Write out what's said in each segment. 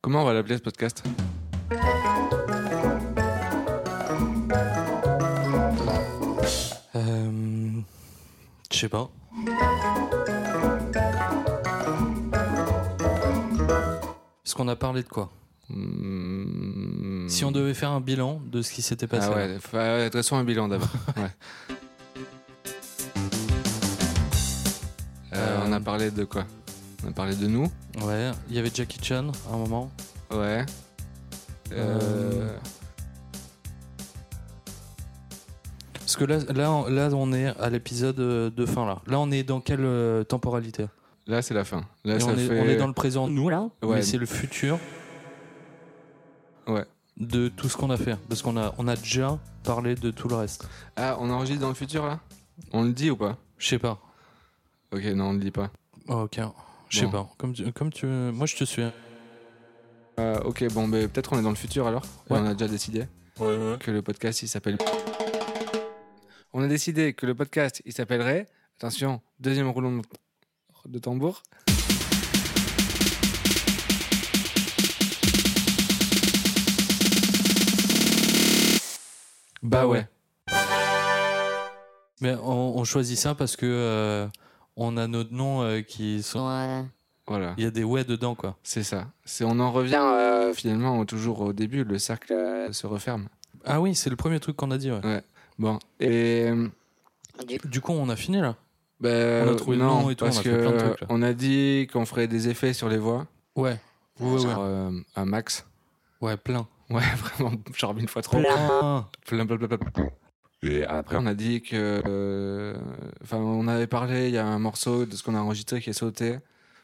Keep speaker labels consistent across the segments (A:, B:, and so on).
A: Comment on va l'appeler ce podcast
B: Euh, je sais pas. Parce qu'on a parlé de quoi
A: Hmm.
B: Si on devait faire un bilan de ce qui s'était passé.
A: Ah ouais, fa- euh, dressons un bilan d'abord. Ouais. Euh, on a parlé de quoi On a parlé de nous
B: Ouais, il y avait Jackie Chan à un moment.
A: Ouais. Euh,
B: Euh, Parce que là, là, on- là on est à l'épisode euh, de fin là. Là, on est dans quelle euh, temporalité
A: Là, c'est la fin. Là,
B: Et
A: ça
B: on, est,
A: fait...
B: on est dans le présent, nous là
A: Ouais.
B: Mais c'est le futur
A: Ouais.
B: de tout ce qu'on a fait. Parce qu'on a, on a déjà parlé de tout le reste.
A: Ah, on enregistre dans le futur, là On le dit ou pas
B: Je sais pas.
A: Ok, non, on le dit pas.
B: Oh, ok. Je sais
A: Bon.
B: pas. Comme tu, comme tu veux. Moi, je te suis.
A: Euh, ok, bon, ben, peut-être on est dans le futur alors. Et
B: Ouais.
A: On a déjà décidé que le podcast, il s'appelle... On a décidé que le podcast, il s'appellerait... Attention, deuxième roulement de tambour. Bah ouais.
B: Mais on, on choisit ça parce que euh, on a nos noms euh, qui sont.
A: Voilà,
B: Il y a des ouais dedans, quoi.
A: c'est ça. C'est On en revient euh, finalement toujours au début, le cercle euh, se referme.
B: Ah oui, c'est le premier truc qu'on a dit, ouais.
A: Bon, et... euh,
B: Du coup, on a fini là
A: ben,
B: On a trouvé le
A: non,
B: nom et tout, on
A: parce
B: a fait plein de trucs, là.
A: que on a dit qu'on ferait des effets sur les voix.
B: Ouais. Ouais, ouais.
A: genre, euh, un max.
B: Ouais, plein.
A: Ouais, vraiment, genre mille fois trop.
B: Plein.
A: Plein, plein, plein, plein. Et après, on a dit que. euh, Enfin, on avait parlé, il y a un morceau de ce qu'on a enregistré qui est sauté.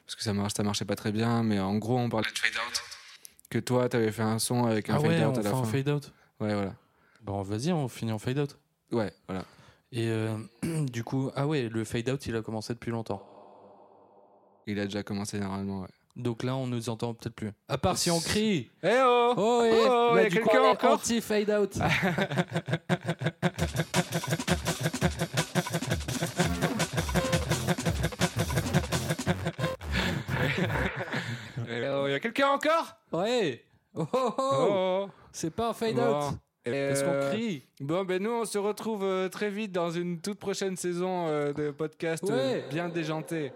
A: Parce que ça, marche, ça marchait pas très bien, mais en gros, on parlait de fade out. Que toi, t'avais fait un son avec un
B: Ah
A: fade
B: ouais,
A: out
B: on
A: à la
B: fait
A: fin.
B: un fade out.
A: Ouais, voilà.
B: Bon, vas-y, on finit en fade out.
A: Ouais, voilà.
B: Et euh, du coup, ah ouais, le fade out, il a commencé depuis longtemps.
A: Il a déjà commencé normalement, ouais.
B: Donc là, on nous entend peut-être plus. À part si on crie.
A: Eh oh
B: Oh,
A: et- Oh, là, y a du coup, quelqu'un on est encore
B: anti fade out.
A: Eh oh, y a quelqu'un encore
B: ouais. Oh, oh, oh.
A: Oh,
B: c'est pas un fade
A: Bon.
B: out.
A: Et,
B: Parce qu'on
A: euh,
B: crie.
A: Bon, ben nous, on se retrouve euh, très vite dans une toute prochaine saison euh, de podcast euh,
B: Ouais.
A: bien déjanté.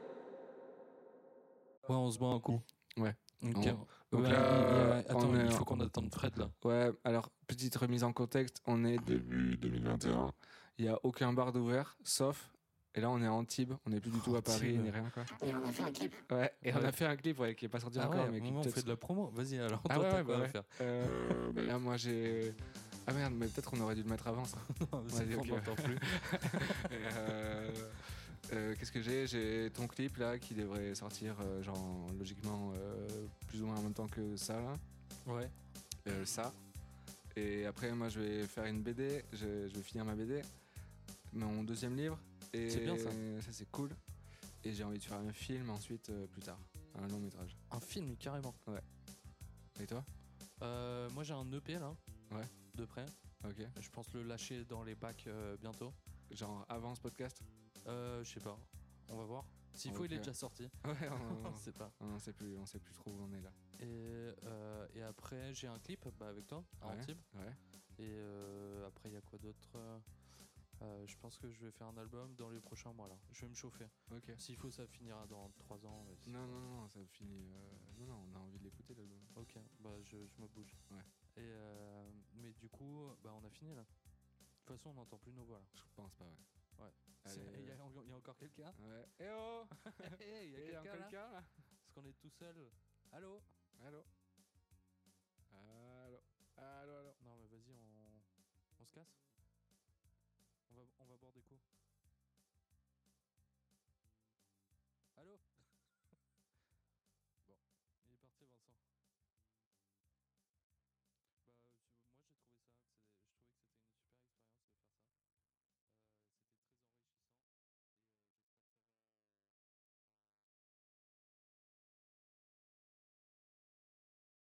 B: Ouais, on se bat un coup.
A: Ouais.
B: Ok.
A: On-
B: Ouais,
A: donc
B: ouais,
A: là,
B: ouais,
A: euh,
B: Attends,
A: on est- Ah
B: il faut qu'on attende Fred là.
A: Ouais, alors, petite remise en contexte, on est...
C: début 2021.
A: Il n'y a aucun bar d'ouvert, sauf... Et là, on est à Antibes, on n'est plus du tout à Paris,
B: Antibes.
A: ni rien, quoi.
D: Et on a fait un clip.
A: Ouais, et on
B: Ouais.
A: a fait un clip, ouais, qui est pas sorti
B: Ah
A: encore,
B: ouais,
A: mais qui
B: on
A: peut-être-
B: fait de la promo. Vas-y alors.
A: Ah
B: toi,
A: ouais,
B: t'as
A: ouais,
B: quoi à
A: ouais.
B: faire
A: Euh, là, moi, j'ai... Ah merde, mais peut-être qu'on aurait dû le mettre avant, ça.
B: Non, c'est
A: Vas-y,
B: bon,
A: ok.
B: on n'entend plus.
A: Euh, euh, Qu'est-ce que j'ai J'ai ton clip là qui devrait sortir euh, genre logiquement euh, plus ou moins en même temps que ça là.
B: Ouais.
A: Euh, ça. Et après moi je vais faire une BD, je, je vais finir ma BD, mon deuxième livre. Et
B: C'est bien, ça.
A: Ça c'est cool. Et j'ai envie de faire un film ensuite euh, plus tard, un long métrage.
B: Un film carrément.
A: Et toi
B: Euh, moi j'ai un EP là.
A: Ouais.
B: De près.
A: Ok.
B: Je pense le lâcher dans les bacs euh, bientôt.
A: Genre avant ce podcast
B: Euh, je sais pas. On va voir. S'il faut, il est
A: Ok.
B: déjà sorti.
A: Ouais, on,
B: On sait pas.
A: on, sait plus, on sait plus trop où on est là.
B: Et, euh, et après, j'ai un clip bah, avec toi, à
A: Ouais.
B: Antibes.
A: Ouais.
B: Et euh, après, il y a quoi d'autre Euh, euh, Je pense que je vais faire un album dans les prochains mois là. Je vais me chauffer.
A: Ok.
B: S'il faut, ça finira dans 3 ans. mais-
A: Non, non, non, ça finit. euh, Non, non, on a envie de l'écouter l'album.
B: Ok, bah je, je me bouge.
A: Ouais.
B: Et euh, mais du coup, bah on a fini là. De toute façon, on n'entend plus nos voix là.
A: Je pense pas, ouais.
B: Ouais.
A: Allez,
B: Il y, a en- y a encore quelqu'un
A: Ouais. Eh oh
B: Hey, y a
A: Eh,
B: quelqu'un là
A: là
B: Parce qu'on est tout seul. Allô
A: Allô Allô Allô, allô
B: Non mais vas-y, on, on se casse. On va, on va boire des coups. Bah,